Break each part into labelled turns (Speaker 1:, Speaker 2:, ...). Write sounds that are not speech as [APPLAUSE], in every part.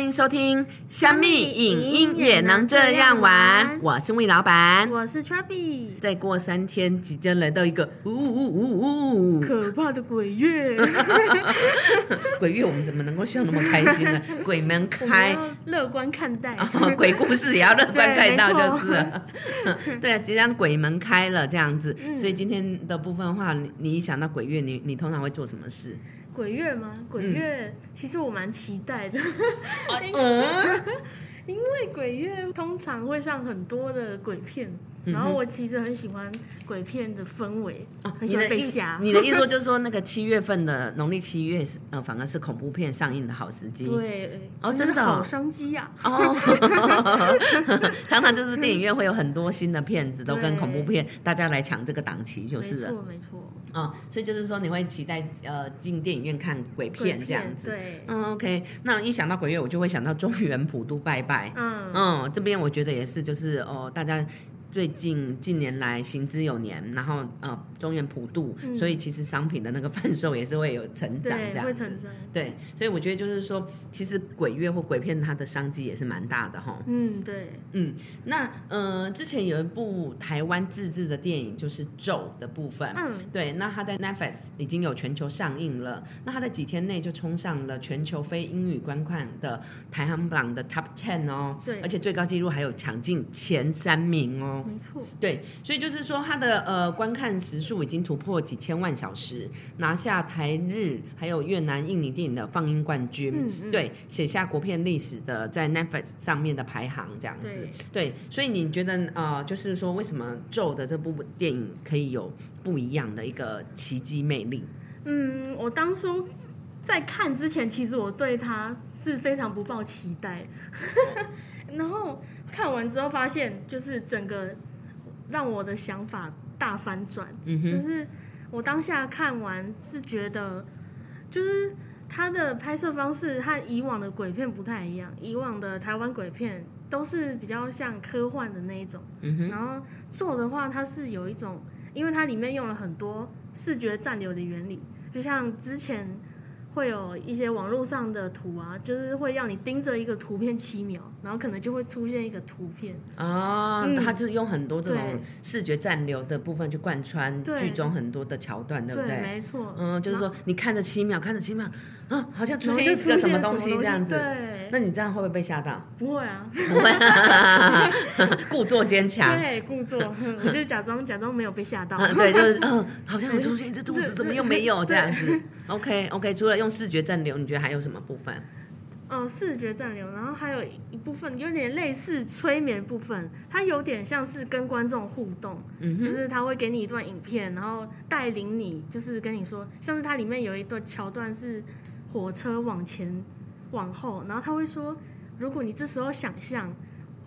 Speaker 1: 迎收听《香蜜影音也能这样玩》，我是魏老板。
Speaker 2: 我是 Chubby，
Speaker 1: 再过三天，即将来到一个呜呜呜呜
Speaker 2: 可怕的
Speaker 1: [LAUGHS]
Speaker 2: 鬼月，
Speaker 1: 鬼月，我们怎么能够笑那么开心呢？鬼门
Speaker 2: 我
Speaker 1: 开
Speaker 2: 们，要乐观看待。
Speaker 1: 哦，鬼故事也要乐观看到
Speaker 2: 对没
Speaker 1: 就
Speaker 2: 错
Speaker 1: 是了。对啊，即将鬼门开了这样子，所以今天的部分的话，你你一想到鬼月，你你通常会做什么事？
Speaker 2: [LAUGHS] 鬼月吗？鬼月、其实我蛮期待的， [LAUGHS]
Speaker 1: 嗯，
Speaker 2: 因为鬼月通常会上很多的鬼片，
Speaker 1: 嗯
Speaker 2: 然后我其实很喜欢鬼片的氛围，很
Speaker 1: 哦你
Speaker 2: 喜
Speaker 1: 的
Speaker 2: 欢被
Speaker 1: 意
Speaker 2: 吓。
Speaker 1: 你的意思说就是说那个七月份的农历七月是呃，反而是恐怖片上映的好时机。
Speaker 2: 对，哎
Speaker 1: 哦真
Speaker 2: 真
Speaker 1: 的哦
Speaker 2: 好商机呀、啊！
Speaker 1: 哦，
Speaker 2: 哦
Speaker 1: 常常就是电影院会有很多新的片子都跟恐怖片，大家来抢这个档期就是
Speaker 2: 没
Speaker 1: 了
Speaker 2: 错没错，
Speaker 1: 啊、哦所以就是说你会期待呃进电影院看鬼
Speaker 2: 鬼
Speaker 1: 片这样子。
Speaker 2: 对，
Speaker 1: 嗯，OK，那一想到鬼月，我就会想到中原普渡拜拜。
Speaker 2: 嗯
Speaker 1: 嗯，这边我觉得也是，就是哦，大家最近近年来行之有年，然后呃，中原普渡，
Speaker 2: 嗯
Speaker 1: 所以其实商品的那个贩售也是会有成长这
Speaker 2: 对，
Speaker 1: 样
Speaker 2: 会成
Speaker 1: 子。
Speaker 2: 真。
Speaker 1: 对，所以我觉得就是说，其实鬼月或鬼片它的商机也是蛮大的哈。
Speaker 2: 嗯，对，
Speaker 1: 嗯，那呃，之前有一部台湾自制的电影，就是《咒》的部分。
Speaker 2: 嗯，
Speaker 1: 对，那它在 Netflix 已经有全球上映了，那它在几天内就冲上了全球非英语观看的排行榜的 Top Ten 哦，
Speaker 2: 对
Speaker 1: 而且最高纪录还有抢进前三名哦。
Speaker 2: 没错，
Speaker 1: 对，所以就是说，它的呃观看时数已经突破几千万小时，拿下台日还有越南、印尼电影的放映冠军，
Speaker 2: 嗯嗯
Speaker 1: 对，写下国片历史的在 Netflix 上面的排行这样子
Speaker 2: 对。
Speaker 1: 对，所以你觉得呃，就是说，为什么咒的这部电影可以有不一样的一个奇迹魅力？
Speaker 2: 嗯，我当初在看之前，其实我对他是非常不抱期待， [LAUGHS] 然后看完之后发现，就是整个让我的想法大反转，
Speaker 1: 嗯
Speaker 2: 就
Speaker 1: 哼，
Speaker 2: 是我当下看完是觉得，就是他的拍摄方式和以往的鬼片不太一样，以往的台湾鬼片都是比较像科幻的那一种，
Speaker 1: 嗯哼，
Speaker 2: 然后咒的话，它是有一种，因为它里面用了很多视觉暂留的原理，就像之前会有一些网络上的图啊，就是会让你盯着一个图片七秒，然后可能就会出现一个图片。
Speaker 1: 哦，
Speaker 2: 嗯
Speaker 1: 它就是用很多这种
Speaker 2: 对
Speaker 1: 视觉暂留的部分去贯穿
Speaker 2: 对
Speaker 1: 剧中很多的桥段，对不对？
Speaker 2: 没错。
Speaker 1: 嗯，就是说你看着七秒，看着七秒，啊，好像
Speaker 2: 然
Speaker 1: 出
Speaker 2: 后，
Speaker 1: 现
Speaker 2: 然后就
Speaker 1: 一
Speaker 2: 出
Speaker 1: 个
Speaker 2: 现
Speaker 1: 什么
Speaker 2: 了
Speaker 1: 东西这样子。
Speaker 2: 对，
Speaker 1: 那你这样会不会被吓 [LAUGHS] 到？
Speaker 2: 不会啊，
Speaker 1: 不会，故作坚强。
Speaker 2: 对，故作， [LAUGHS] 我就假装假装没有被吓到。
Speaker 1: 嗯，对，就是嗯，好像有出现一只兔子，怎么又没有这样子？OK OK，除了用视觉暂留，你觉得还有什么部分？
Speaker 2: 嗯，视觉暂留，然后还有一部分有点类似催眠部分，它有点像是跟观众互动，
Speaker 1: 嗯
Speaker 2: 就是他会给你一段影片，然后带领你，就是跟你说，像是它里面有一段桥段是火车往前往后，然后他会说，如果你这时候想象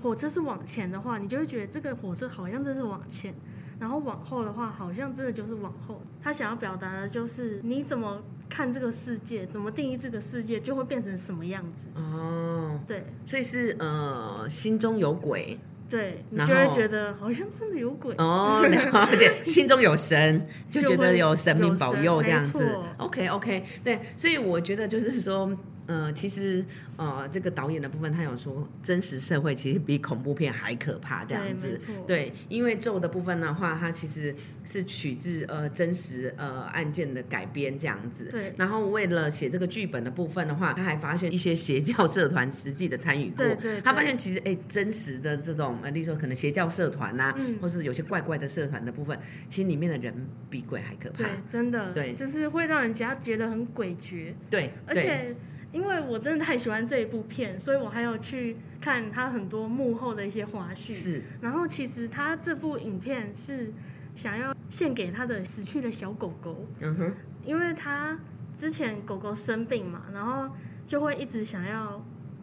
Speaker 2: 火车是往前的话，你就会觉得这个火车好像真是往前。然后往后的话，好像真的就是往后。他想要表达的就是你怎么看这个世界，怎么定义这个世界，就会变成什么样子。
Speaker 1: 哦，
Speaker 2: 对
Speaker 1: 所以是呃，心中有鬼
Speaker 2: 对，你
Speaker 1: 然后
Speaker 2: 就会觉得好像真的有鬼。
Speaker 1: 哦，了解，心中有神，就觉
Speaker 2: 就
Speaker 1: 得
Speaker 2: 会
Speaker 1: 有神明保佑
Speaker 2: 有神
Speaker 1: 这样
Speaker 2: 没
Speaker 1: 子
Speaker 2: 错。
Speaker 1: OK OK，对，所以我觉得就是说。呃，其实呃，这个导演的部分，他有说真实社会其实比恐怖片还可怕这样子
Speaker 2: 对没错。
Speaker 1: 对，因为咒的部分的话，它其实是取自呃真实呃案件的改编这样子。
Speaker 2: 对
Speaker 1: 然后为了写这个剧本的部分的话，他还发现一些邪教社团实际的参与过。
Speaker 2: 对对
Speaker 1: 他发
Speaker 2: 对
Speaker 1: 现其实哎，真实的这种呃，例如说可能邪教社团呐、啊
Speaker 2: 嗯
Speaker 1: 或是有些怪怪的社团的部分，其实里面的人比鬼还可怕
Speaker 2: 对。，真的，
Speaker 1: 啊对
Speaker 2: 就是会让人家觉得很诡谲。
Speaker 1: 对，
Speaker 2: 而
Speaker 1: 对
Speaker 2: 且因为我真的太喜欢这一部片，所以我还有去看他很多幕后的一些花絮。
Speaker 1: 是
Speaker 2: 然后其实他这部影片是想要献给他的死去的小狗狗，
Speaker 1: 嗯哼，
Speaker 2: 因为他之前狗狗生病嘛，然后就会一直想要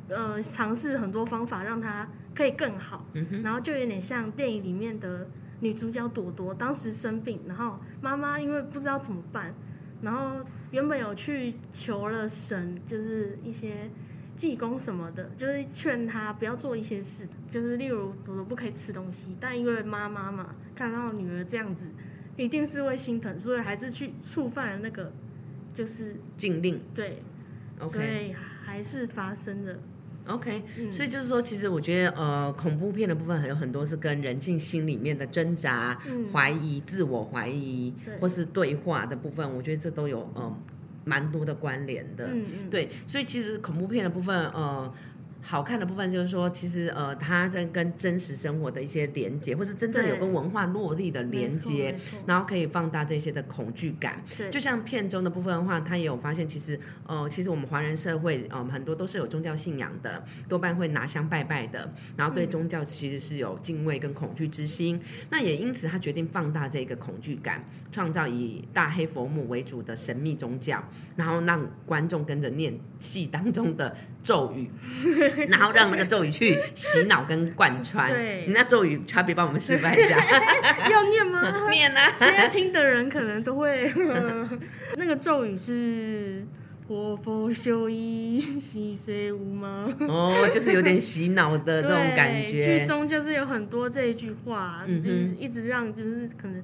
Speaker 2: 呃尝试很多方法让它可以更好，
Speaker 1: 嗯
Speaker 2: 然后就有点像电影里面的女主角朵朵，当时生病，然后妈妈因为不知道怎么办，然后原本有去求了神，就是一些。济公什么的，就是劝他不要做一些事，就是例如朵朵不可以吃东西，但因为妈妈嘛，看到女儿这样子，一定是会心疼，所以还是去触犯了那个，就是
Speaker 1: 禁令
Speaker 2: 对所
Speaker 1: ，OK，
Speaker 2: 以还是发生了。
Speaker 1: OK，、所以
Speaker 2: 嗯
Speaker 1: 就是说，其实我觉得，呃，恐怖片的部分还有很多是跟人性心里面的挣扎、
Speaker 2: 嗯
Speaker 1: 怀疑、自我怀疑
Speaker 2: 对，
Speaker 1: 或是对话的部分，我觉得这都有嗯、呃蛮多的关联的。
Speaker 2: 嗯嗯，
Speaker 1: 对，所以其实恐怖片的部分，呃，好看的部分就是说，其实呃，它在跟真实生活的一些连接，或是真正有
Speaker 2: 对
Speaker 1: 跟文化落地的连
Speaker 2: 没错
Speaker 1: 接
Speaker 2: 没，错
Speaker 1: 然后可以放大这些的恐惧感。
Speaker 2: 对，
Speaker 1: 就像片中的部分的话，他也有发现，其实呃，其实我们华人社会，嗯、很多都是有宗教信仰的，多半会拿香拜拜的，然后对宗教其实是有敬畏跟恐惧之心。那也因此，他决定放大这个恐惧感，创造以大黑佛母为主的神秘宗教，然后让观众跟着念戏当中的咒
Speaker 2: [LAUGHS]
Speaker 1: 语，然后让那个咒语去洗脑跟贯穿。
Speaker 2: 对
Speaker 1: 你那咒语 c h a b y 帮我们示范一
Speaker 2: [LAUGHS]
Speaker 1: 下，
Speaker 2: 要念
Speaker 1: [LAUGHS]
Speaker 2: 吗？
Speaker 1: 念啊！
Speaker 2: 现在听的人可能都会， [LAUGHS] 那个咒语是 [LAUGHS] “活佛修一 [LAUGHS] 西塞无吗？
Speaker 1: 哦，就是有点洗脑的这种感
Speaker 2: 对剧
Speaker 1: 觉。
Speaker 2: 中就是有很多这一句话，
Speaker 1: 嗯哼
Speaker 2: 就是一直让就是可能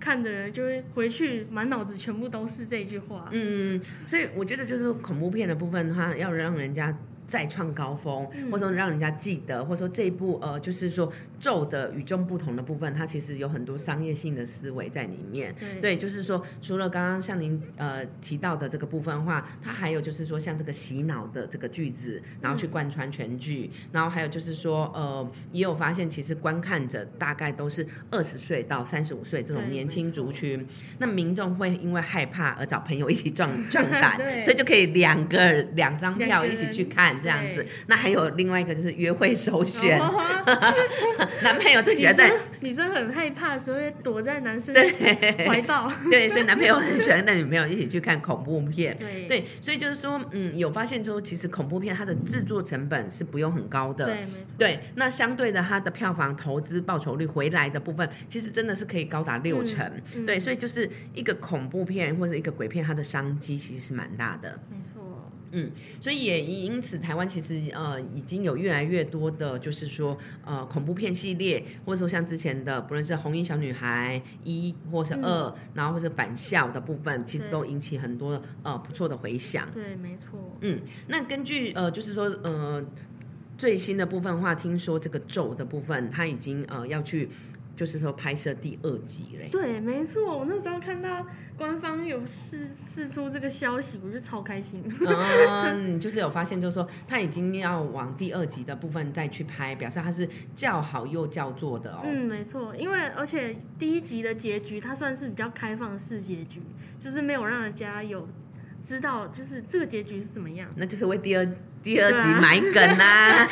Speaker 2: 看的人就会回去满脑子全部都是这一句话。
Speaker 1: 嗯，所以我觉得就是恐怖片的部分，它要让人家。再创高峰，
Speaker 2: 嗯
Speaker 1: 或者说让人家记得，或者说这一部呃，就是说咒的与众不同的部分，它其实有很多商业性的思维在里面。
Speaker 2: 对
Speaker 1: 对，就是说，除了刚刚像您呃提到的这个部分的话，它还有就是说像这个洗脑的这个句子，然后
Speaker 2: 嗯
Speaker 1: 去贯穿全剧，然后还有就是说呃，也有发现其实观看者大概都是二十岁到三十五岁这种
Speaker 2: 对
Speaker 1: 年
Speaker 2: 没
Speaker 1: 轻
Speaker 2: 错
Speaker 1: 族群，那民众会因为害怕而找朋友一起壮
Speaker 2: [LAUGHS]
Speaker 1: 壮
Speaker 2: 对
Speaker 1: 胆，所以就可以两个两张
Speaker 2: 两
Speaker 1: 票
Speaker 2: 个
Speaker 1: 一起去
Speaker 2: 人
Speaker 1: 看这样子
Speaker 2: 对。
Speaker 1: 那还有另外一个就是约会首选，
Speaker 2: [LAUGHS] 哦
Speaker 1: 男朋友自己
Speaker 2: 女生
Speaker 1: 在
Speaker 2: 女生很害怕，所以躲在男生怀
Speaker 1: [LAUGHS]
Speaker 2: 抱。
Speaker 1: [LAUGHS] 对，所以男朋友很喜欢带女朋友一起去看恐怖片。
Speaker 2: 对
Speaker 1: 对，所以就是说，嗯，有发现说，其实恐怖片它的制作成本是不用很高的。
Speaker 2: 对，没错。
Speaker 1: 对，那相对的，它的票房投资报酬率回来的部分，其实真的是可以高达六成。
Speaker 2: 嗯
Speaker 1: 对，所以就是一个恐怖片或者一个鬼片，它的商机其实是蛮大的。
Speaker 2: 没错，
Speaker 1: 所以也因因此，台湾其实呃已经有越来越多的，就是说呃恐怖片系列，或者说像之前的，不论是红衣小女孩一或是二、然后或者返校的部分，其实
Speaker 2: 嗯对
Speaker 1: 都引起很多呃不错的回响。
Speaker 2: 对，没错。
Speaker 1: 嗯，那根据呃，就是说呃最新的部分的话，听说这个咒的部分，他已经呃要去，就是说拍摄第二集嘞。
Speaker 2: 对，没错。我那时候看到官方有释释出这个消息，我就超开心。
Speaker 1: 嗯，就是有发现，就是说他已经要往第二集的部分再去拍，表示他是叫好又叫座的哦。
Speaker 2: 嗯，没错，因为而且第一集的结局，它算是比较开放式结局，就是没有让人家有知道，就是这个结局是怎么样。
Speaker 1: 那就是为第二第二集
Speaker 2: 对啊
Speaker 1: 埋梗
Speaker 2: [LAUGHS]
Speaker 1: 啦、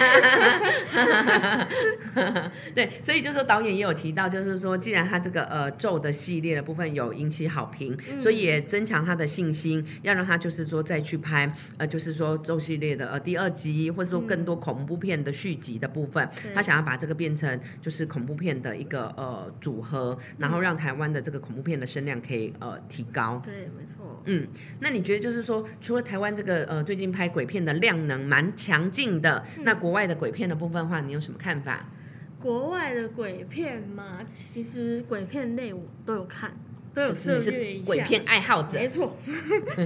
Speaker 1: 对，所以就是说导演也有提到，就是说既然他这个呃咒的系列的部分有引起好评，
Speaker 2: 嗯
Speaker 1: 所以也增强他的信心，要让他就是说再去拍呃就是说咒系列的呃第二集，或者说更多恐怖片的续集的部分，
Speaker 2: 对
Speaker 1: 他想要把这个变成就是恐怖片的一个呃组合，然后让台湾的这个恐怖片的声量可以呃提高。
Speaker 2: 对，没错。
Speaker 1: 那你觉得就是说，除了台湾这个呃最近拍鬼片的量能蛮强劲的，
Speaker 2: 嗯
Speaker 1: 那国外的鬼片的部分的话，你有什么看法？
Speaker 2: 国外的鬼片嘛，其实鬼片类我都有看，都有
Speaker 1: 就是
Speaker 2: 涉
Speaker 1: 你
Speaker 2: 猎一
Speaker 1: 是
Speaker 2: 下。
Speaker 1: 鬼片爱好者
Speaker 2: 没，错。 [LAUGHS]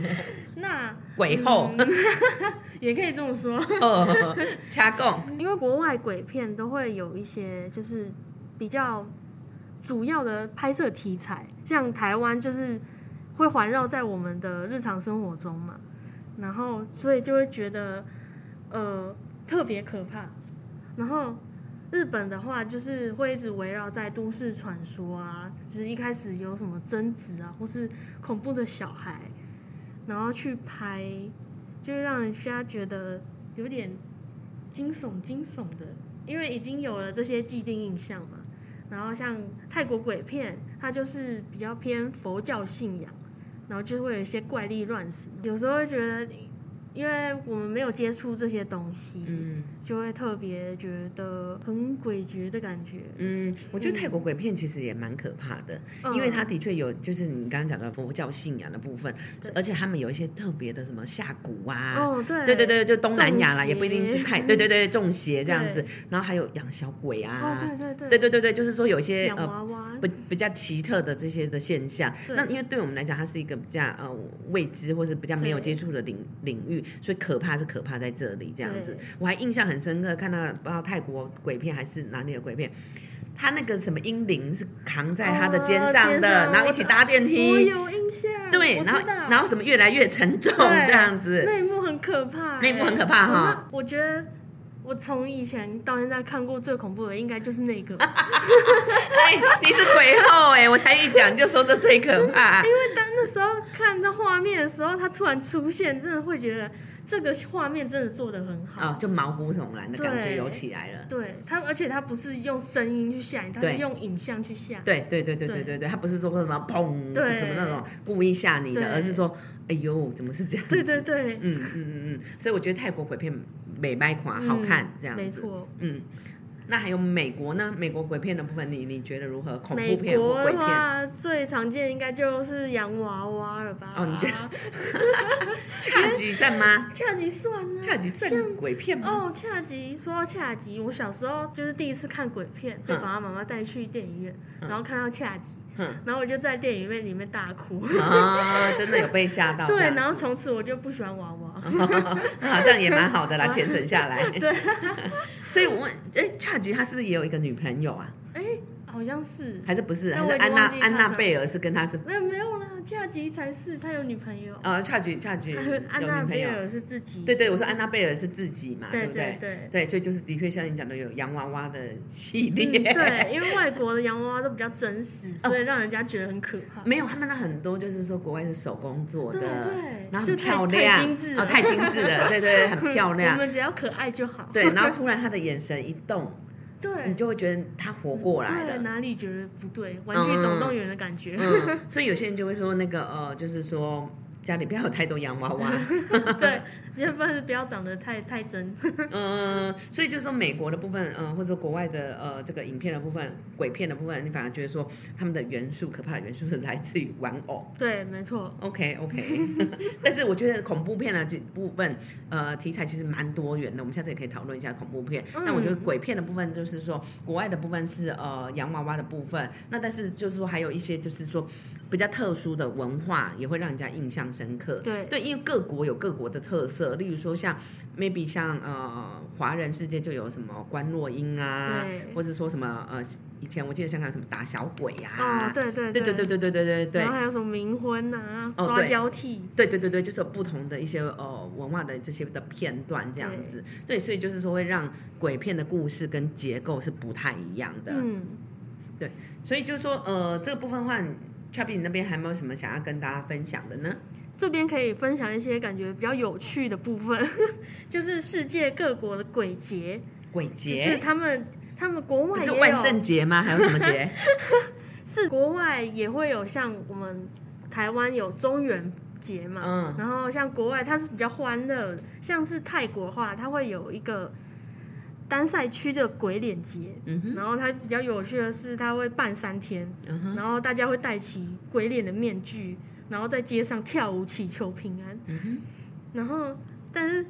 Speaker 2: 那
Speaker 1: 鬼后，
Speaker 2: 嗯
Speaker 1: [LAUGHS]
Speaker 2: 也可以这么说，
Speaker 1: 哦，掐供，
Speaker 2: 因为国外鬼片都会有一些就是比较主要的拍摄题材，像台湾就是会环绕在我们的日常生活中嘛，然后所以就会觉得呃特别可怕。然后日本的话，就是会一直围绕在都市传说啊，就是一开始有什么贞子啊，或是恐怖的小孩，然后去拍，就是让人家觉得有点惊悚惊悚的，因为已经有了这些既定印象嘛。然后像泰国鬼片，它就是比较偏佛教信仰，然后就会有一些怪力乱神，有时候会觉得，因为我们没有接触这些东西，
Speaker 1: 嗯
Speaker 2: 就会特别觉得很诡谲的感觉，
Speaker 1: 嗯，我觉得泰国鬼片其实也蛮可怕的，
Speaker 2: 嗯
Speaker 1: 因为它的确有就是你刚刚讲的佛教信仰的部分，而且他们有一些特别的什么下蛊啊，
Speaker 2: 哦，对
Speaker 1: 对对，对，就东南亚啦，
Speaker 2: 中邪
Speaker 1: 也不一定是泰，对对对，中邪这样子，然后还有养小鬼
Speaker 2: 哦
Speaker 1: 啊，
Speaker 2: 对对对
Speaker 1: 对对对对，就是说有一些
Speaker 2: 洋
Speaker 1: 呃
Speaker 2: 娃娃，
Speaker 1: 比比较奇特的这些的现象。
Speaker 2: 对
Speaker 1: 那因为对我们来讲，它是一个比较呃未知或是比较没有接
Speaker 2: 对
Speaker 1: 触的领领域，去，所以可怕是可怕在这里这样子
Speaker 2: 对。
Speaker 1: 我还印象很深刻，看到不知道泰国鬼片还是哪里的鬼片，他那个什么英灵是扛在他的肩上
Speaker 2: 哦
Speaker 1: 的，
Speaker 2: 肩上
Speaker 1: 然后一起搭电
Speaker 2: 我
Speaker 1: 梯，
Speaker 2: 有印象，
Speaker 1: 对，
Speaker 2: 我
Speaker 1: 然后
Speaker 2: 知道
Speaker 1: 然后什么越来越沉重
Speaker 2: 对
Speaker 1: 这样子，
Speaker 2: 那一幕很可怕、
Speaker 1: 那一幕很可怕
Speaker 2: 怕
Speaker 1: 哈。
Speaker 2: 我觉得我从以前到现在看过最恐怖的应该就是那个，
Speaker 1: 啊哎，你是鬼后哎、我才一讲就说这最可怕。
Speaker 2: [LAUGHS] 因为当那时候看到画面的时候，它突然出现，真的会觉得这个画面真的做的很好。
Speaker 1: 哦，就毛骨悚然的感觉
Speaker 2: 对
Speaker 1: 有起来了。
Speaker 2: 对它，而且它不是用声音去吓你，它是
Speaker 1: 对
Speaker 2: 用影像去吓。
Speaker 1: 对对对对对
Speaker 2: 对
Speaker 1: 对对，他不是说什么砰
Speaker 2: 对
Speaker 1: 是什么那种故意吓你
Speaker 2: 对
Speaker 1: 的，而是说哎呦怎么是这样？
Speaker 2: 对对对，
Speaker 1: [LAUGHS] 嗯嗯嗯嗯，所以我觉得泰国鬼片美白款
Speaker 2: 嗯
Speaker 1: 好看这样
Speaker 2: 没
Speaker 1: 子。
Speaker 2: 错。
Speaker 1: 嗯，那还有美国呢？美国鬼片的部分，你你觉得如何？恐怖
Speaker 2: 美
Speaker 1: 片或
Speaker 2: 国啊
Speaker 1: 鬼
Speaker 2: 的
Speaker 1: 片？
Speaker 2: 话，最常见应该就是洋娃娃了吧？
Speaker 1: 哦你觉得恰吉算吗？
Speaker 2: 恰吉算呢？
Speaker 1: 恰吉算鬼片吗？
Speaker 2: 哦，恰吉说到恰吉，我小时候就是第一次看鬼片，被爸爸妈妈带去电影院，然后看到恰吉，
Speaker 1: 嗯
Speaker 2: 然后我就在电影院里面大哭。
Speaker 1: 啊，真的有被吓到。
Speaker 2: 对
Speaker 1: 这，样
Speaker 2: 然后从此我就不喜欢娃娃。
Speaker 1: 啊，这样也蛮好的啦，钱省下来。对， [LAUGHS] 所以我问，哎，恰吉他是不是也有一个女朋友啊？
Speaker 2: [LAUGHS] 好像是，
Speaker 1: 还是不是？还
Speaker 2: 但
Speaker 1: 是
Speaker 2: 我已
Speaker 1: 安
Speaker 2: 经
Speaker 1: 娜
Speaker 2: 忘记她
Speaker 1: 安娜
Speaker 2: 长
Speaker 1: 贝尔是跟他是
Speaker 2: 没有没有啦，恰吉才是他有女朋友，
Speaker 1: 呃，恰吉恰吉有
Speaker 2: 安
Speaker 1: 女
Speaker 2: 娜
Speaker 1: 朋
Speaker 2: 贝
Speaker 1: 友。
Speaker 2: 尔是自己。
Speaker 1: 对对，我说安娜贝尔是自己嘛，
Speaker 2: 对
Speaker 1: 不
Speaker 2: 对
Speaker 1: 对？
Speaker 2: 对。
Speaker 1: [LAUGHS] 对，所以就是的确像你讲的有洋娃娃的系列，
Speaker 2: 嗯，对，因为外国的洋娃娃都比较真实，所以让人家觉得很可怕。
Speaker 1: [LAUGHS] 哦没有他们那很多就是说国外是手工做的，
Speaker 2: 对对，
Speaker 1: 然后
Speaker 2: 就
Speaker 1: 很
Speaker 2: 太
Speaker 1: 漂
Speaker 2: 太
Speaker 1: 亮
Speaker 2: 精致，
Speaker 1: 哦，
Speaker 2: 了，
Speaker 1: 太精致了，对对，对很漂
Speaker 2: [LAUGHS] 我
Speaker 1: 亮。
Speaker 2: 们只要可爱就好。
Speaker 1: 对，然后突然他的眼神一动，
Speaker 2: [LAUGHS] 对，嗯
Speaker 1: 你就会觉得他活过来
Speaker 2: 对
Speaker 1: 了。
Speaker 2: 哪里觉得不对，《玩具总动员》的感觉。
Speaker 1: 嗯，所以有些人就会说那个呃，就是说家里不要有太多洋娃娃， [LAUGHS]
Speaker 2: 对，你要不然不要长得太太真。 [LAUGHS]
Speaker 1: 嗯，所以就是说美国的部分，嗯、或者国外的呃这个影片的部分、鬼片的部分，你反而觉得说他们的元素、可怕的元素是来自于玩偶。
Speaker 2: 对，没错。
Speaker 1: OK OK，但 [LAUGHS] 是我觉得恐怖片啊的这部分，呃，题材其实蛮多元的，我们下次也可以讨论一下恐怖片。
Speaker 2: 嗯
Speaker 1: 那我觉得鬼片的部分就是说，国外的部分是呃洋娃娃的部分，那但是就是说还有一些就是说比较特殊的文化，也会让人家印象深刻。
Speaker 2: 对
Speaker 1: 对，因为各国有各国的特色，例如说像 maybe 像呃华人世界就有什么关若英啊，
Speaker 2: 对
Speaker 1: 或者说什么呃以前我记得香港有什么打小鬼呀、
Speaker 2: 哦，对
Speaker 1: 对
Speaker 2: 对
Speaker 1: 对对
Speaker 2: 对
Speaker 1: 对对对对对
Speaker 2: 然。后还有什么冥婚啊、
Speaker 1: 哦
Speaker 2: 刷
Speaker 1: 对
Speaker 2: 交替，
Speaker 1: 对对对对，就是有不同的一些呃文化的这些的片段这样子，对，所以就是说会让鬼片的故事跟结构是不太一样的，
Speaker 2: 嗯，
Speaker 1: 所以就是说呃这个部分的话 c h a p p y 你那边还没有什么想要跟大家分享的呢？
Speaker 2: 这边可以分享一些感觉比较有趣的部分， [LAUGHS] 就是世界各国的鬼节，
Speaker 1: 鬼
Speaker 2: 就是
Speaker 1: 节
Speaker 2: 他们他们国
Speaker 1: 不
Speaker 2: 外也
Speaker 1: 是
Speaker 2: 有，
Speaker 1: 万圣节吗？还有什么
Speaker 2: [LAUGHS]
Speaker 1: 节？
Speaker 2: 是国外也会有像我们台湾有中元节嘛，
Speaker 1: 嗯
Speaker 2: 然后像国外它是比较欢乐的，像是泰国的话，它会有一个单赛区的鬼脸节，
Speaker 1: 嗯哼
Speaker 2: 然后它比较有趣的是，它会办三天，
Speaker 1: 嗯哼，
Speaker 2: 然后大家会戴起鬼脸的面具，然后在街上跳舞祈求平安，
Speaker 1: 嗯
Speaker 2: 然后但是。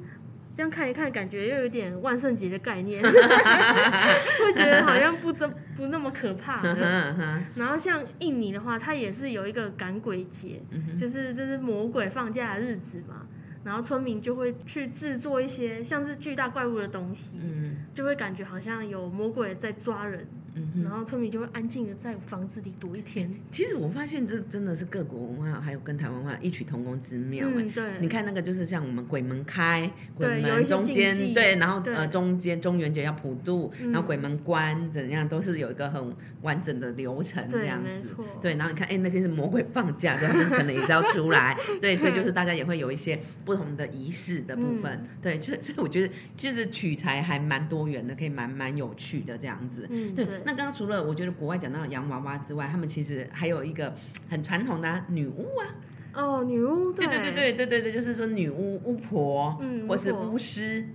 Speaker 2: 这样看一看，感觉又有点万圣节的概
Speaker 1: [LAUGHS]
Speaker 2: 念，会觉得好像不真不那么可
Speaker 1: [LAUGHS]
Speaker 2: 怕了。
Speaker 1: 嗯哼，
Speaker 2: 然后像印尼的话，它也是有一个赶鬼节，
Speaker 1: 嗯
Speaker 2: 就是这是魔鬼放假的日子嘛。然后村民就会去制作一些像是巨大怪物的东西，
Speaker 1: 嗯
Speaker 2: 就会感觉好像有魔鬼在抓人。
Speaker 1: 嗯
Speaker 2: 然后村民就会安静的在房子里躲一天。
Speaker 1: 其实我发现这真的是各国文化还有跟台湾文化异曲同工之妙哎、
Speaker 2: 嗯，对，
Speaker 1: 你看那个就是像我们鬼门开，鬼
Speaker 2: 对有一
Speaker 1: 门
Speaker 2: 些
Speaker 1: 中间
Speaker 2: 禁忌
Speaker 1: 对，然后
Speaker 2: 对
Speaker 1: 呃中间中元节要普渡，
Speaker 2: 嗯
Speaker 1: 然后鬼门关怎样都是有一个很完整的流程这
Speaker 2: 对
Speaker 1: 样
Speaker 2: 没
Speaker 1: 子
Speaker 2: 错。
Speaker 1: 对，然后你看，哎，那天是魔鬼放假，对，他们可能也是要出
Speaker 2: [LAUGHS]
Speaker 1: 来，对，所以就是大家也会有一些不同的仪式的部分，
Speaker 2: 嗯
Speaker 1: 对，所以所以我觉得其实取材还蛮多元的，可以蛮蛮有趣的这样子。
Speaker 2: 嗯，
Speaker 1: 对
Speaker 2: 对，，
Speaker 1: 那刚刚除了我觉得国外讲到洋娃娃之外，他们其实还有一个很传统的啊、女巫啊，
Speaker 2: 哦，女巫，
Speaker 1: 对对
Speaker 2: 对
Speaker 1: 对，对对对对，就是说女巫、巫婆，
Speaker 2: 嗯
Speaker 1: 或是
Speaker 2: 巫婆
Speaker 1: 巫师，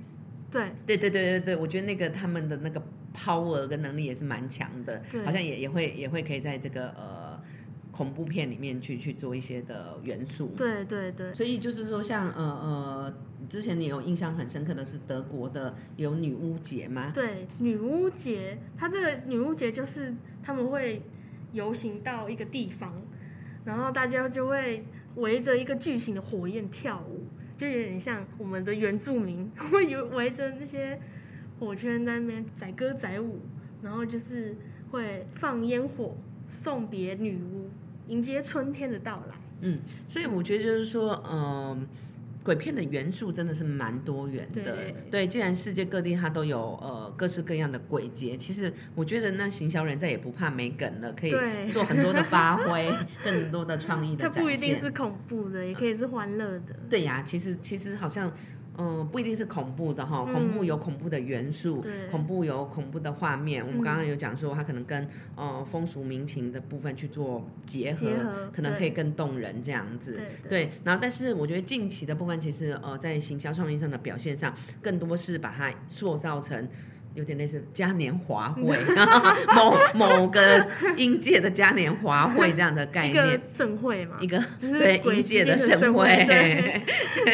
Speaker 2: 对
Speaker 1: 对对对对对，我觉得那个他们的那个 power 跟能力也是蛮强的，
Speaker 2: 对
Speaker 1: 好像也也会也会可以在这个呃恐怖片里面去去做一些的元素。
Speaker 2: 对对对，
Speaker 1: 所以就是说像，呃呃，之前你有印象很深刻的是德国的有女巫节吗？
Speaker 2: 对，女巫节，它这个女巫节就是他们会游行到一个地方，然后大家就会围着一个巨型的火焰跳舞，就有点像我们的原住民， [LAUGHS] 会有围着那些火圈在那边载歌载舞，然后就是会放烟火送别女巫，迎接春天的到来。
Speaker 1: 所以我觉得就是说，嗯、鬼片的元素真的是蛮多元的。
Speaker 2: 对
Speaker 1: 既然世界各地它都有呃各式各样的鬼节，其实我觉得那行销人再也不怕没梗了，可以
Speaker 2: 对
Speaker 1: 做很多的发挥， [LAUGHS] 更多的创意的
Speaker 2: 它
Speaker 1: 展现。
Speaker 2: 不一定是恐怖的，也可以是欢乐的。
Speaker 1: 对呀、其实其实好像，嗯、不一定是恐怖的哈，
Speaker 2: 嗯
Speaker 1: 恐怖有恐怖的元素，
Speaker 2: 对嗯
Speaker 1: 恐怖有恐怖的画面。我们刚刚有讲说，它可能跟呃风俗民情的部分去做结合，
Speaker 2: 结合
Speaker 1: 可能可以更动人这样子。
Speaker 2: 对
Speaker 1: 对，然后但是我觉得近期的部分，其实呃，在行销创意上的表现上，更多是把它塑造成。有点类似嘉年华会， [LAUGHS] 某某个应届的嘉年华会这样的概
Speaker 2: [LAUGHS] 一
Speaker 1: 念
Speaker 2: 个，盛会嘛
Speaker 1: 一，个
Speaker 2: [LAUGHS] 就是
Speaker 1: 对
Speaker 2: 鬼
Speaker 1: 应届的
Speaker 2: 之间的
Speaker 1: 盛
Speaker 2: 盛
Speaker 1: 会
Speaker 2: 会，对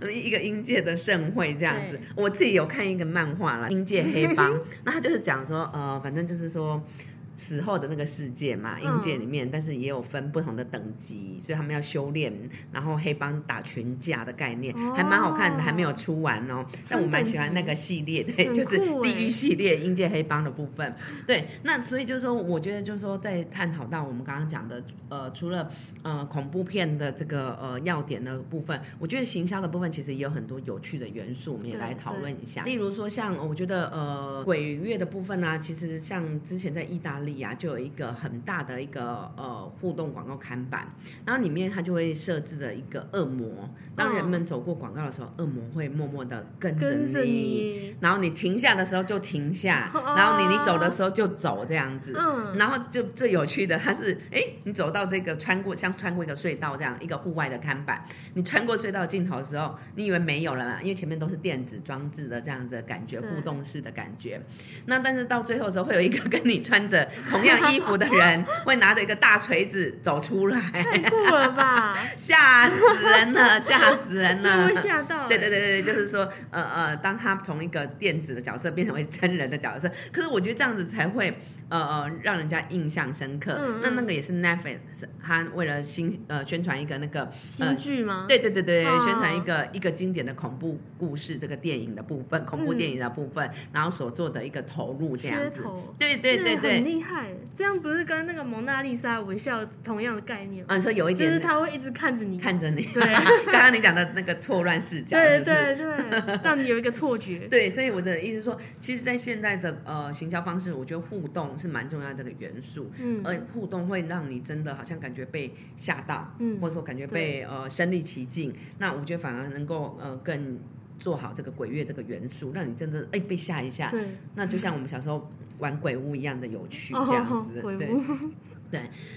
Speaker 1: 对 [LAUGHS] 一个应届的盛会这样子
Speaker 2: 对。
Speaker 1: 我自己有看一个漫画啦，《应届黑
Speaker 2: [LAUGHS]
Speaker 1: 帮》，那他就是讲说，呃，反正就是说。死后的那个世界嘛，
Speaker 2: 嗯
Speaker 1: 应届里面，但是也有分不同的等级，所以他们要修炼，然后黑帮打群架的概念，
Speaker 2: 哦
Speaker 1: 还蛮好看的，还没有出完哦。但我蛮喜欢那个系列，对，
Speaker 2: 很
Speaker 1: 就是
Speaker 2: 酷
Speaker 1: 地
Speaker 2: 欸
Speaker 1: 狱系列应届黑帮的部分。对，那所以就是说，我觉得就是说，在探讨到我们刚刚讲的，呃，除了呃恐怖片的这个呃要点的部分，我觉得行销的部分其实也有很多有趣的元素，我们也
Speaker 2: 对
Speaker 1: 来讨论一下。例如说像，呃我觉得呃鬼月的部分呢、其实像之前在意大利啊，就有一个很大的一个呃互动广告看板，然后里面它就会设置了一个恶魔，当人们走过广告的时候，恶魔会默默的跟着
Speaker 2: 哦跟着
Speaker 1: 你。
Speaker 2: 你，
Speaker 1: 然后你停下的时候就停下，
Speaker 2: 哦
Speaker 1: 然后你你走的时候就走这样子。
Speaker 2: 嗯，
Speaker 1: 然后就最有趣的，它是哎，你走到这个穿过像穿过一个隧道这样一个户外的看板，你穿过隧道尽头的时候，你以为没有了嘛？因为前面都是电子装置的这样子的感觉，
Speaker 2: 对
Speaker 1: 互动式的感觉。那但是到最后的时候，会有一个跟你穿着同样衣服的人，会拿着一个大锤子走出来，
Speaker 2: 太酷了吧！
Speaker 1: 吓死人
Speaker 2: [LAUGHS]
Speaker 1: 了， [LAUGHS] 吓死人
Speaker 2: 真
Speaker 1: 了
Speaker 2: 会！吓到，
Speaker 1: 对对对对，对就是说，呃呃，当他从一个电子的角色变成为真人的角色，可是我觉得这样子才会呃呃让人家印象深刻。
Speaker 2: 嗯嗯
Speaker 1: 那那个也是 Netflix 他为了新呃宣传一个呃那个
Speaker 2: 新剧吗？
Speaker 1: 对对对对，
Speaker 2: 哦
Speaker 1: 宣传一个一个经典的恐怖故事这个电影的部分，恐怖
Speaker 2: 嗯
Speaker 1: 电影的部分，然后所做的一个投入这样
Speaker 2: 噱
Speaker 1: 子。
Speaker 2: 头，
Speaker 1: 对对对
Speaker 2: 这很
Speaker 1: 对，
Speaker 2: 厉害。这样不是跟那个蒙娜丽莎微笑同样的概念吗？
Speaker 1: 嗯，说有一
Speaker 2: 就是
Speaker 1: 点
Speaker 2: 他会一直看着你，
Speaker 1: 看着你， [LAUGHS]
Speaker 2: 对
Speaker 1: 刚刚你讲的那个错乱视角，是
Speaker 2: 对
Speaker 1: 不是？
Speaker 2: 对对，让你有一个错觉。
Speaker 1: 对，所以我的意思是说，其实，在现在的呃行销方式，我觉得互动是蛮重要的一个元素，
Speaker 2: 嗯，
Speaker 1: [LAUGHS] 而互动会让你真的好像感觉被吓到，
Speaker 2: 嗯
Speaker 1: 或者说感觉被呃身临其境。那我觉得反而能够呃更做好这个鬼月这个元素，让你真的哎被吓一下。
Speaker 2: 对，
Speaker 1: 那就像我们小时候玩鬼屋一样的有趣，这样
Speaker 2: 哦
Speaker 1: 子，，
Speaker 2: 鬼
Speaker 1: 对。
Speaker 2: 屋，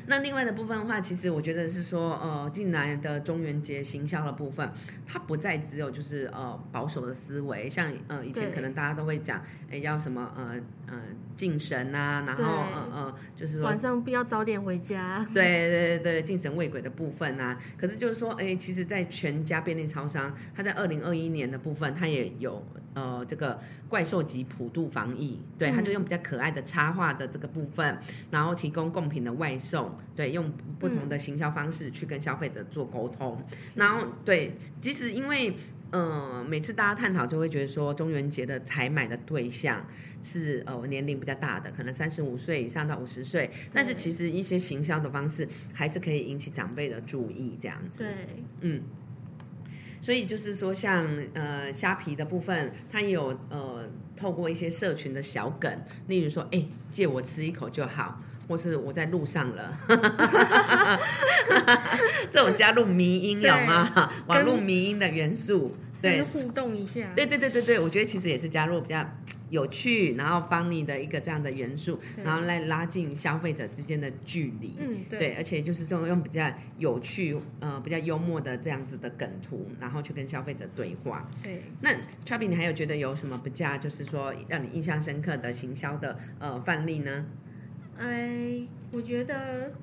Speaker 1: 那另外的部分的话，其实我觉得是说，呃，近来的中元节行销的部分，它不再只有就是呃保守的思维，像呃以前
Speaker 2: 对
Speaker 1: 可能大家都会讲，哎要什么呃呃敬神啊，然后
Speaker 2: 对
Speaker 1: 呃呃就是说
Speaker 2: 晚上不要早点回家。
Speaker 1: 对对对对，敬神喂鬼的部分啊，可是就是说，哎，其实，在全家便利超商，它在二零二一年的部分，它也有呃这个怪兽级普渡防疫，对，它就用比较可爱的插画的这个部分，然后提供贡品的外送，对，用不同的行销方式去跟消费者做沟通，然后对，其实因为。嗯，每次大家探讨就会觉得说，中元节的采买的对象是呃年龄比较大的，可能三十五岁以上到五十岁，但是其实一些行销的方式还是可以引起长辈的注意，这样子。
Speaker 2: 对，
Speaker 1: 嗯，所以就是说像，呃虾皮的部分，它也有呃透过一些社群的小梗，例如说，哎、借我吃一口就好。或是我在路上了， [LAUGHS] 这种加入迷音有吗？ [LAUGHS] 网络迷音的元素，对
Speaker 2: 就是，互动一下。
Speaker 1: 对对对对对，我觉得其实也是加入比较有趣，然后 funny 的一个这样的元素，
Speaker 2: 对
Speaker 1: 然后来拉近消费者之间的距离。
Speaker 2: 嗯，对，
Speaker 1: 对，而且就是说用比较有趣、呃比较幽默的这样子的梗图，然后去跟消费者对话。
Speaker 2: 对，
Speaker 1: 那 t r a b y 你还有觉得有什么比较就是说让你印象深刻的行销的呃范例呢？
Speaker 2: 哎，我觉得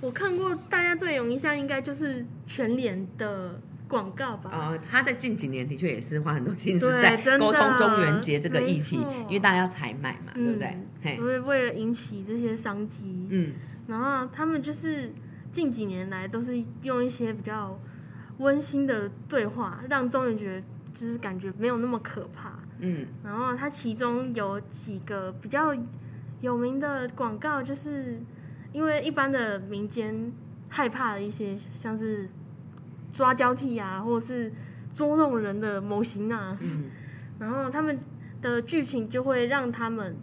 Speaker 2: 我看过大家最有印象应该就是全脸的广告吧。
Speaker 1: 呃，他在近几年的确也是花很多心思
Speaker 2: 对
Speaker 1: 在
Speaker 2: 真的
Speaker 1: 沟通中元节这个
Speaker 2: 没
Speaker 1: 议题
Speaker 2: 错，
Speaker 1: 因为大家要采买嘛，对不对
Speaker 2: 嗯？
Speaker 1: 嘿，
Speaker 2: 为为了引起这些商机，
Speaker 1: 嗯，
Speaker 2: 然后他们就是近几年来都是用一些比较温馨的对话，让中人觉得就是感觉没有那么可怕。
Speaker 1: 嗯，
Speaker 2: 然后它其中有几个比较有名的广告，就是因为一般的民间害怕的一些像是抓交替啊，或者是捉弄人的模型啊，
Speaker 1: 嗯
Speaker 2: 然后他们的剧情就会让他们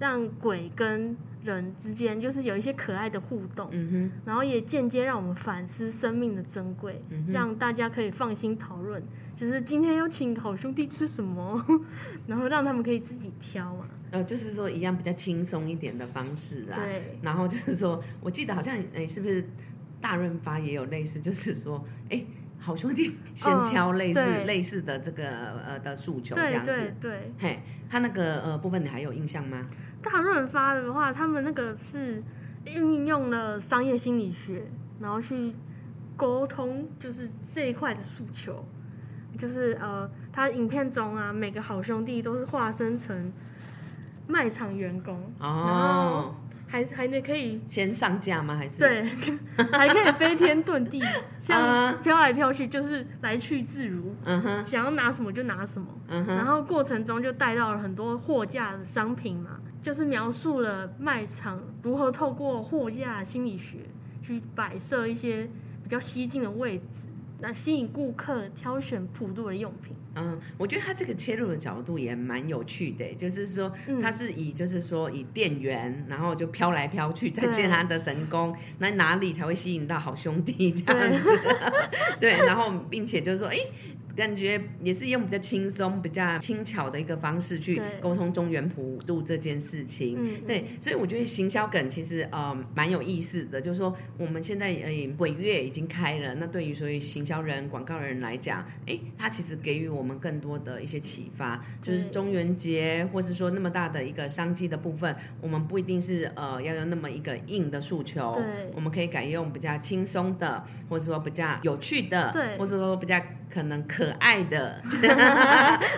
Speaker 2: 让鬼跟人之间就是有一些可爱的互动，
Speaker 1: 嗯
Speaker 2: 然后也间接让我们反思生命的珍贵，
Speaker 1: 嗯
Speaker 2: 让大家可以放心讨论，就是今天要请好兄弟吃什么， [LAUGHS] 然后让他们可以自己挑嘛。
Speaker 1: 哼，呃，就是说一样比较轻松一点的方式啊。
Speaker 2: 对，
Speaker 1: 然后就是说，我记得好像诶，是不是大润发也有类似，就是说，诶，好兄弟先挑类似、
Speaker 2: 嗯对
Speaker 1: 类似的这个呃的诉求这
Speaker 2: 对
Speaker 1: 样
Speaker 2: 对
Speaker 1: 子。
Speaker 2: 对。
Speaker 1: 嘿，他那个呃部分你还有印象吗？
Speaker 2: 大润发的话，他们那个是运用了商业心理学，然后去沟通，就是这一块的诉求。就是呃，他影片中啊，每个好兄弟都是化身成卖场员工，
Speaker 1: 哦，
Speaker 2: 还还能可以
Speaker 1: 先上架吗？还是？ [LAUGHS]
Speaker 2: 对，还可以飞天遁地，
Speaker 1: 啊
Speaker 2: 像飘来飘去，就是来去自如，
Speaker 1: 嗯哼，
Speaker 2: 想要拿什么就拿什么。
Speaker 1: 嗯哼，
Speaker 2: 然后过程中就带到了很多货架的商品嘛，就是描述了卖场如何透过货架心理学去摆设一些比较吸睛的位置，来吸引顾客挑选普渡的用
Speaker 1: [LAUGHS]
Speaker 2: 品。
Speaker 1: 嗯，我觉得他这个切入的角度也蛮有趣的，欸就是说
Speaker 2: 嗯
Speaker 1: 他是以就是说以店员，然后就飘来飘去，再
Speaker 2: 对
Speaker 1: 见他的神功，那哪里才会吸引到好兄弟这样子？对，然后并且就是说，哎。感觉也是用比较轻松、比较轻巧的一个方式去
Speaker 2: 对
Speaker 1: 沟通中原普渡这件事情。
Speaker 2: 嗯，
Speaker 1: 对，所以我觉得行销梗其实呃蛮有意思的，就是说我们现在呃鬼月已经开了，那对于所以行销人、广告人来讲，诶，它其实给予我们更多的一些启发，就是
Speaker 2: 对
Speaker 1: 中元节或是说那么大的一个商机的部分，我们不一定是呃要有那么一个硬的诉求，
Speaker 2: 对
Speaker 1: 我们可以改用比较轻松的，或者说比较有趣的，
Speaker 2: 对
Speaker 1: 或者说比较可能可爱
Speaker 2: [LAUGHS]
Speaker 1: 的 [LAUGHS]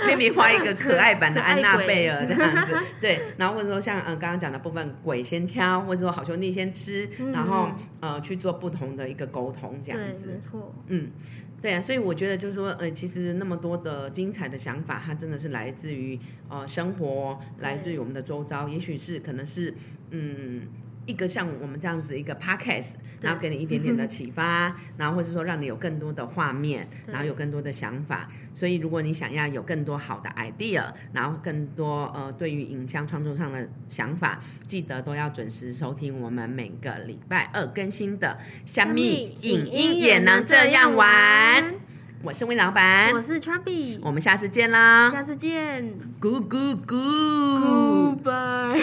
Speaker 1: ，maybe 画一个可爱版的安娜贝
Speaker 2: [LAUGHS]
Speaker 1: 尔这样子，对，然后或者说像呃刚刚讲的部分，鬼先挑，或者说好兄弟先吃，然后呃去做不同的一个沟通这样
Speaker 2: 嗯对，
Speaker 1: 子
Speaker 2: 没，错，
Speaker 1: 嗯，对啊，所以我觉得就是说，呃，其实那么多的精彩的想法，它真的是来自于呃生活，来自于我们的周遭，也许是可能是嗯。一个像我们这样子一个 podcast，
Speaker 2: 对
Speaker 1: 然后给你一点点的启
Speaker 2: [LAUGHS]
Speaker 1: 发，然后或是说让你有更多的画面，
Speaker 2: 对
Speaker 1: 然后有更多的想法。所以如果你想要有更多好的 idea，然后更多呃对于影像创作上的想法，记得都要准时收听我们每个礼拜二更新的虾米影音也能这样玩。。我是魏老板
Speaker 2: 我，是 Chubby，
Speaker 1: 我们下次见啦！
Speaker 2: 下次见
Speaker 1: 咕咕咕。
Speaker 2: ，Goodbye。